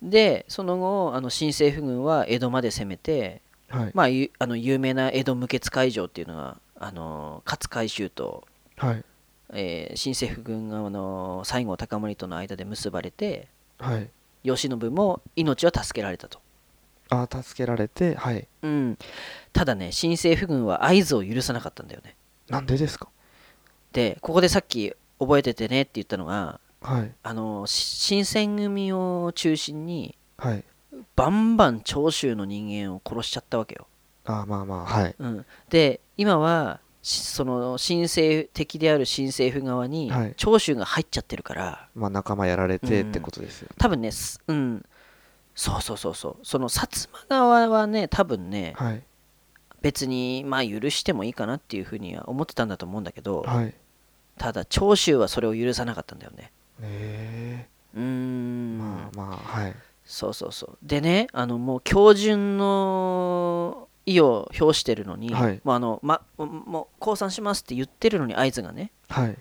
[SPEAKER 2] でその後あの新政府軍は江戸まで攻めて、
[SPEAKER 1] はい。
[SPEAKER 2] まあ、ゆあの有名な江戸無血会場っていうのが、あの勝海舟と、
[SPEAKER 1] はい。
[SPEAKER 2] えー新政府軍側の西郷隆盛との間で結ばれて
[SPEAKER 1] はい。
[SPEAKER 2] 慶喜も命は助けられたと、
[SPEAKER 1] あ、助けられて、はい。
[SPEAKER 2] うん、ただね新政府軍は合図を許さなかったんだよね
[SPEAKER 1] なんでですか
[SPEAKER 2] でここでさっき覚えててねって言ったのが
[SPEAKER 1] はい。
[SPEAKER 2] あのし新選組を中心に
[SPEAKER 1] はい。
[SPEAKER 2] バンバン長州の人間を殺しちゃったわけよ
[SPEAKER 1] あ、まあまあ、はい。
[SPEAKER 2] うん、で今はしその新政敵である新政府側に
[SPEAKER 1] はい
[SPEAKER 2] 長州が入っちゃってるから、
[SPEAKER 1] まあ仲間やられてってことですよ。
[SPEAKER 2] 多分ね、すうん、そうそうそうそうその薩摩側はね多分ね
[SPEAKER 1] はい
[SPEAKER 2] 別にまあ許してもいいかなっていうふうには思ってたんだと思うんだけど
[SPEAKER 1] はい
[SPEAKER 2] ただ長州はそれを許さなかったんだよね
[SPEAKER 1] え
[SPEAKER 2] うーん、
[SPEAKER 1] ー、まあまあはい
[SPEAKER 2] そうそうそうでねあのもう標準の意を表してるのに、
[SPEAKER 1] はい
[SPEAKER 2] もうあのま、もう降参しますって言ってるのに合図がね
[SPEAKER 1] はい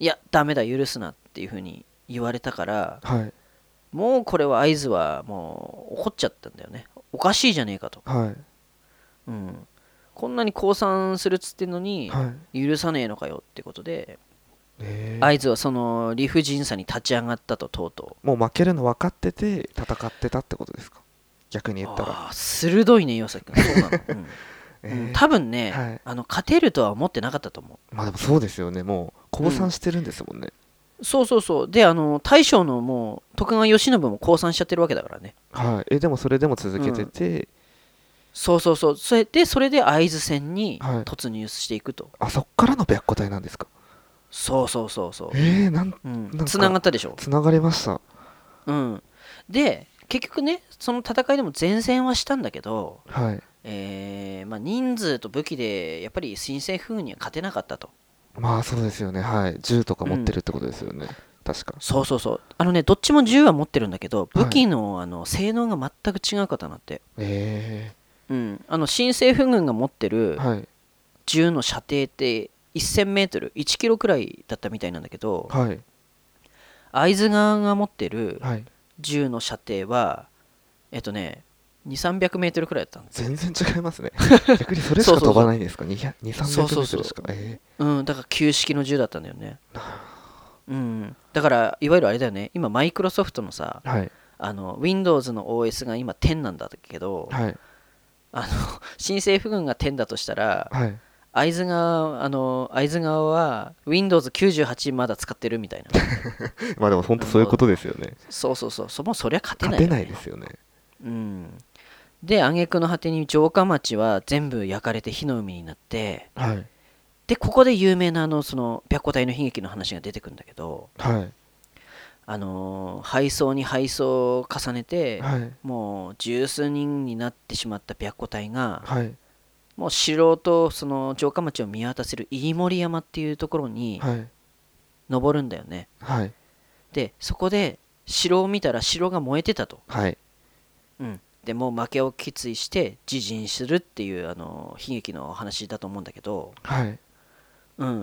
[SPEAKER 2] いやダメだ許すなっていうふうに言われたから
[SPEAKER 1] はい
[SPEAKER 2] もうこれは合図はもう怒っちゃったんだよねおかしいじゃねえかと、
[SPEAKER 1] はい
[SPEAKER 2] うん、こんなに降参するっつってんのに
[SPEAKER 1] はい
[SPEAKER 2] 許さねえのかよってことで
[SPEAKER 1] えー、
[SPEAKER 2] 合図はその理不尽さに立ち上がったととうと
[SPEAKER 1] もう負けるの分かってて戦ってたってことですか逆に
[SPEAKER 2] う
[SPEAKER 1] 言ったら
[SPEAKER 2] あー鋭いね岩崎君そうなの、 うん
[SPEAKER 1] え
[SPEAKER 2] うん
[SPEAKER 1] ー
[SPEAKER 2] 多分ね、
[SPEAKER 1] はい
[SPEAKER 2] あの勝てるとは思ってなかったと思
[SPEAKER 1] まあでもそうですよねもう降参してるんですもんね、
[SPEAKER 2] うそうそうそうであの大将のもう徳川慶喜も降参しちゃってるわけだからね
[SPEAKER 1] はいえでもそれでも続けてて、
[SPEAKER 2] そうそうそうそれでそれで会津戦に
[SPEAKER 1] はい
[SPEAKER 2] 突入していくと、
[SPEAKER 1] あそっからの白虎隊なんですか
[SPEAKER 2] そうそうそうそ
[SPEAKER 1] えー、なん
[SPEAKER 2] う、うん
[SPEAKER 1] なん、か
[SPEAKER 2] つながったでしょ、
[SPEAKER 1] つながりました
[SPEAKER 2] うん、で結局ねその戦いでも前線はしたんだけど、
[SPEAKER 1] はい
[SPEAKER 2] えーまあ、人数と武器でやっぱり新政府軍には勝てなかったと
[SPEAKER 1] まあそうですよねはい銃とか持ってるってことですよね、確か
[SPEAKER 2] そうそうそうあのねどっちも銃は持ってるんだけど武器の,、あの性能が全く違うかったなって
[SPEAKER 1] え
[SPEAKER 2] うん、あの新政府軍が持って
[SPEAKER 1] え
[SPEAKER 2] る
[SPEAKER 1] はい
[SPEAKER 2] 銃の射程って1000メートル1キロくらいだったみたいなんだけど
[SPEAKER 1] はい
[SPEAKER 2] 会津側が持ってる
[SPEAKER 1] はい
[SPEAKER 2] 銃の射程はえっとね2 3 0 0メートルくらいだったんです
[SPEAKER 1] 全然違います ね逆にそれしか飛ばないんですか2 0 0 2 3 0 0メートルしかえ
[SPEAKER 2] うんだから旧式の銃だったんだよねうんだからいわゆるあれだよね今マイクロソフトのさ
[SPEAKER 1] えはい
[SPEAKER 2] あの Windows の OS が今10なんだけど
[SPEAKER 1] はい
[SPEAKER 2] あの新政府軍が10だとしたら
[SPEAKER 1] はい
[SPEAKER 2] 会津側あの会津側は Windows98 まだ使ってるみたいな
[SPEAKER 1] まあでも本当そういうことですよね
[SPEAKER 2] そうそうそう、そもそりゃ勝てな
[SPEAKER 1] 勝
[SPEAKER 2] いよ
[SPEAKER 1] て
[SPEAKER 2] ね、
[SPEAKER 1] ないですよね
[SPEAKER 2] うん。で、挙句の果てに城下町は全部焼かれて火の海になって、
[SPEAKER 1] はい
[SPEAKER 2] で、ここで有名なあの、その、白虎隊の悲劇の話が出てくるんだけど、
[SPEAKER 1] は
[SPEAKER 2] あのー配送に配送を重ね
[SPEAKER 1] い
[SPEAKER 2] て、
[SPEAKER 1] はい
[SPEAKER 2] もう十数人になってしまった白虎隊が、
[SPEAKER 1] はい
[SPEAKER 2] もう城とその城下町を見渡せる飯森山っていうところに
[SPEAKER 1] はい
[SPEAKER 2] 登るんだよね。
[SPEAKER 1] はい
[SPEAKER 2] で、そこで城を見たら城が燃えてたと。
[SPEAKER 1] はい
[SPEAKER 2] うん、でもう負けを決意して自陣するっていうあの悲劇のお話だと思うんだけど、
[SPEAKER 1] はい
[SPEAKER 2] うん、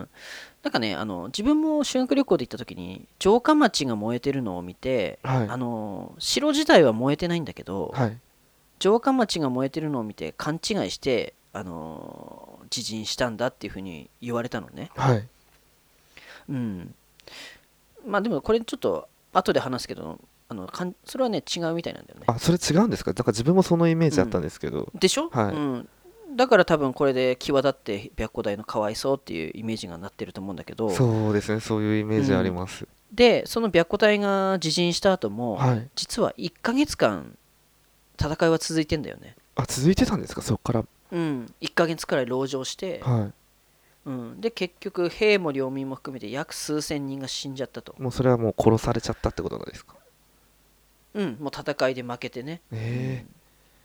[SPEAKER 2] なんかねあの自分も修学旅行で行った時に城下町が燃えてるのを見て、
[SPEAKER 1] はい
[SPEAKER 2] あの城自体は燃えてないんだけど、
[SPEAKER 1] はい
[SPEAKER 2] 城下町が燃えてるのを見て勘違いしてあの自陣したんだっていうふうに言われたのね、
[SPEAKER 1] はい
[SPEAKER 2] うん、まあでもこれちょっと後で話すけどあのかんそれはね違うみたいなんだよね
[SPEAKER 1] あそれ違うんですかだから自分もそのイメージあったんですけど、
[SPEAKER 2] でしょ、
[SPEAKER 1] はい
[SPEAKER 2] うん、だから多分これで際立って白虎隊のかわいそうっていうイメージがなってると思うんだけど
[SPEAKER 1] そうですねそういうイメージあります、
[SPEAKER 2] でその白虎隊が自陣した後も、
[SPEAKER 1] はい
[SPEAKER 2] 実は1ヶ月間戦いは続いてんだよね
[SPEAKER 1] あ続いてたんですかそこから
[SPEAKER 2] うん1ヶ月くらい籠城して、
[SPEAKER 1] は
[SPEAKER 2] うん、で結局兵も領民も含めて約数千人が死んじゃったと
[SPEAKER 1] いもうそれはもう殺されちゃったってことなんですか
[SPEAKER 2] うんもう戦いで負けてね、
[SPEAKER 1] え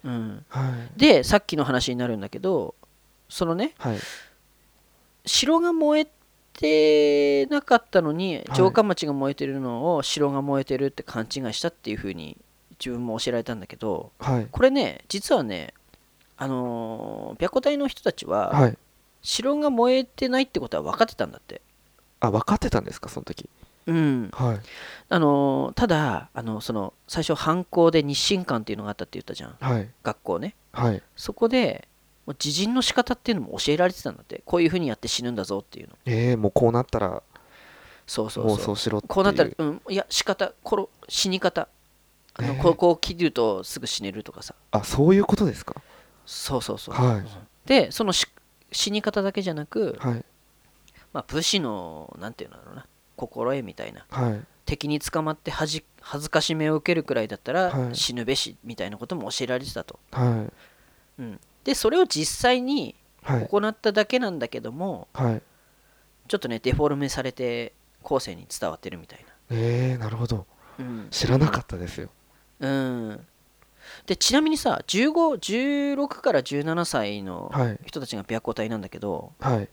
[SPEAKER 2] うん、
[SPEAKER 1] えはい
[SPEAKER 2] でさっきの話になるんだけどそのね
[SPEAKER 1] はい
[SPEAKER 2] 城が燃えてなかったのに
[SPEAKER 1] はい
[SPEAKER 2] 城下町が燃えてるのを城が燃えてるって勘違いしたっていう風に自分も教えられたんだけど
[SPEAKER 1] はい
[SPEAKER 2] これね実はねあのー白虎隊の人たちは
[SPEAKER 1] はい
[SPEAKER 2] 城が燃えてないってことは分かってたんだって。
[SPEAKER 1] あ分かってたんですかその時
[SPEAKER 2] うん、
[SPEAKER 1] はい
[SPEAKER 2] あのーただあのその最初反抗で日清館っていうのがあったって言ったじゃん
[SPEAKER 1] はい
[SPEAKER 2] 学校ね
[SPEAKER 1] はい
[SPEAKER 2] そこでもう自陣の仕方っていうのも教えられてたんだってこういう風にやって死ぬんだぞっていうの
[SPEAKER 1] ええもうこうなったら
[SPEAKER 2] そうそう
[SPEAKER 1] も
[SPEAKER 2] そう
[SPEAKER 1] うそうしろっていう
[SPEAKER 2] こうなったら、うん、いや、仕方、殺、死に方。あの、
[SPEAKER 1] えー
[SPEAKER 2] こうこう切るとすぐ死ねるとかさ。
[SPEAKER 1] あそういうことですか
[SPEAKER 2] そうそうそう。
[SPEAKER 1] はい
[SPEAKER 2] で、そのし死に方だけじゃなく、
[SPEAKER 1] はい
[SPEAKER 2] まあ、武士の、なんていうのだろうな、心得みたいな。
[SPEAKER 1] はい
[SPEAKER 2] 敵に捕まって恥じ恥ずかしめを受けるくらいだったら、
[SPEAKER 1] はい
[SPEAKER 2] 死ぬべしみたいなことも教えられてたと。
[SPEAKER 1] はい
[SPEAKER 2] うん、で、それを実際に
[SPEAKER 1] はい
[SPEAKER 2] 行っただけなんだけども、
[SPEAKER 1] はい
[SPEAKER 2] ちょっとね、デフォルメされて、後世に伝わってるみたいな。
[SPEAKER 1] ええなるほど
[SPEAKER 2] うん、
[SPEAKER 1] 知らなかったですよ
[SPEAKER 2] うん。でちなみにさ1516から17歳の
[SPEAKER 1] はい
[SPEAKER 2] 人たちが白虎隊なんだけど
[SPEAKER 1] はい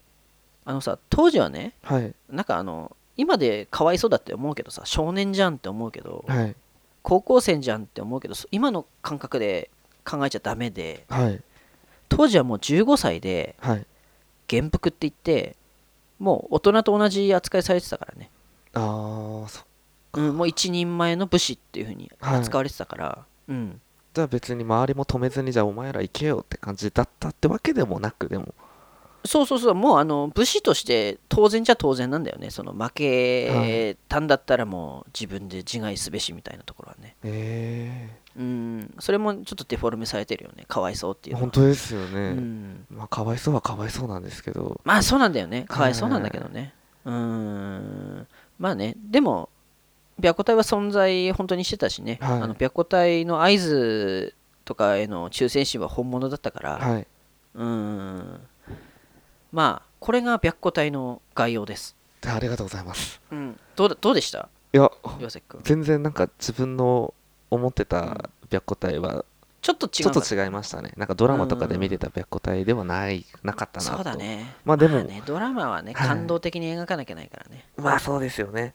[SPEAKER 2] あのさ当時はね
[SPEAKER 1] はい
[SPEAKER 2] なんかあの今でかわいそうだって思うけどさ少年じゃんって思うけど
[SPEAKER 1] はい
[SPEAKER 2] 高校生じゃんって思うけどそ今の感覚で考えちゃダメで
[SPEAKER 1] はい
[SPEAKER 2] 当時はもう15歳で
[SPEAKER 1] はい
[SPEAKER 2] 元服って言ってもう大人と同じ扱いされてたからね、
[SPEAKER 1] あーそ
[SPEAKER 2] うん、もう一人前の武士っていう風に
[SPEAKER 1] はい
[SPEAKER 2] 扱われてたから、うん
[SPEAKER 1] じゃあ別に周りも止めずにじゃあお前ら行けよって感じだったってわけでもなくでも
[SPEAKER 2] そうそうそうもうあの武士として当然じゃ当然なんだよねその負
[SPEAKER 1] は
[SPEAKER 2] けたんだったらもう自分で自害すべしみたいなところはね
[SPEAKER 1] え
[SPEAKER 2] うんそれもちょっとデフォルメされてるよねかわいそうって
[SPEAKER 1] え
[SPEAKER 2] いうのは
[SPEAKER 1] 本当ですよ
[SPEAKER 2] う
[SPEAKER 1] ね、
[SPEAKER 2] ん
[SPEAKER 1] まあかわいそうはかわいそうなんですけど
[SPEAKER 2] まあそうなんだよねかわいそうなんだけどねうーんまあねでも白虎隊は存在本当にしてたしね、
[SPEAKER 1] はい
[SPEAKER 2] あの白虎隊の合図とかへの忠誠心は本物だったから、
[SPEAKER 1] はいう
[SPEAKER 2] ーんまあこれが白虎隊の概要です、
[SPEAKER 1] でありがとうございます
[SPEAKER 2] うん、どうだどうでした
[SPEAKER 1] いや
[SPEAKER 2] 岩崎君
[SPEAKER 1] 全然なんか自分の思ってた白虎隊は
[SPEAKER 2] ちょっと違う
[SPEAKER 1] ちょっと
[SPEAKER 2] う
[SPEAKER 1] 違いましたねなんかドラマとかで見てた白虎隊ではないなかったなと
[SPEAKER 2] そうだね
[SPEAKER 1] まあでも
[SPEAKER 2] ねドラマはね
[SPEAKER 1] はい
[SPEAKER 2] 感動的に描かなきゃないからね、
[SPEAKER 1] まあそうですよね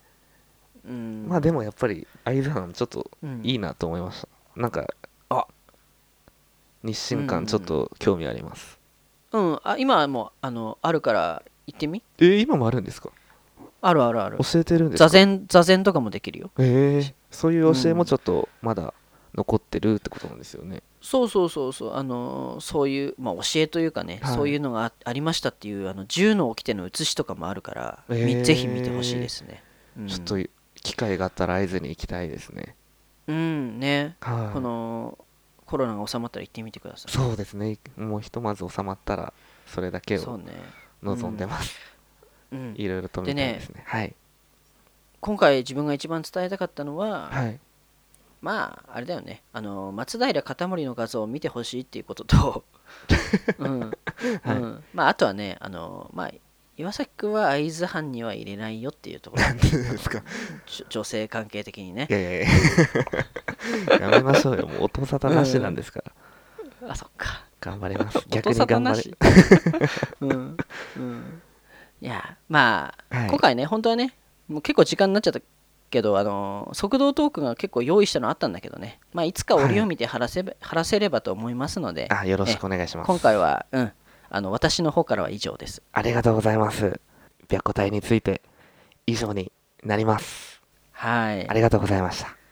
[SPEAKER 2] うん
[SPEAKER 1] まあでもやっぱり相沢ちょっと
[SPEAKER 2] うん
[SPEAKER 1] いいなと思いました、なんか
[SPEAKER 2] あ
[SPEAKER 1] 日清館ちょっと興味あります、
[SPEAKER 2] うんあ今はもうあのあるから行ってみ
[SPEAKER 1] えー今もあるんですか
[SPEAKER 2] あるあるある
[SPEAKER 1] 教えてるんです
[SPEAKER 2] 座
[SPEAKER 1] か
[SPEAKER 2] 禅座禅とかもできるよ
[SPEAKER 1] えーそういう教えもちょっとまだ残ってるってことなんですよね、
[SPEAKER 2] そうそうそうそうあのーそういう、まあ、教えというかね、
[SPEAKER 1] はい
[SPEAKER 2] そういうのがあありましたっていうあの銃の掟の写しとかもあるから、み
[SPEAKER 1] へー
[SPEAKER 2] ぜひ見てほしいですね、うん、
[SPEAKER 1] ちょっと機会があったら会津に行きたいですね
[SPEAKER 2] うんね、
[SPEAKER 1] はい
[SPEAKER 2] このコロナが収まったら行ってみてください
[SPEAKER 1] そうですねもうひとまず収まったらそれだけ
[SPEAKER 2] そう
[SPEAKER 1] を
[SPEAKER 2] ね、
[SPEAKER 1] 望んでます、
[SPEAKER 2] うん、
[SPEAKER 1] いろいろと見たいですねはい
[SPEAKER 2] 今回自分が一番伝えたかったのは、
[SPEAKER 1] はい
[SPEAKER 2] まああれだよねあの松平片森の画像を見てほしいっていうこと と、うんうんまあ、あとはねあの、まあ、岩崎君は会津藩には入れないよっていう ところ
[SPEAKER 1] 何でですか
[SPEAKER 2] じょ女性関係的にね
[SPEAKER 1] いやいやいや やめましょうよもう音沙汰なしなんですから、
[SPEAKER 2] あそっか
[SPEAKER 1] 頑張ります逆に
[SPEAKER 2] 音沙汰
[SPEAKER 1] 頑
[SPEAKER 2] な
[SPEAKER 1] 張れ
[SPEAKER 2] しうん、うん、いやまあ、
[SPEAKER 1] はい
[SPEAKER 2] 今回ね本当はねもう結構時間になっちゃったけどあのー速道トークが結構用意したのあったんだけどねまあいつか折を見て話せば、話せればと思いますので
[SPEAKER 1] あよろしくお願いします
[SPEAKER 2] 今回はうんあの私の方からは以上です
[SPEAKER 1] ありがとうございます白虎隊について以上になります
[SPEAKER 2] はい
[SPEAKER 1] ありがとうございました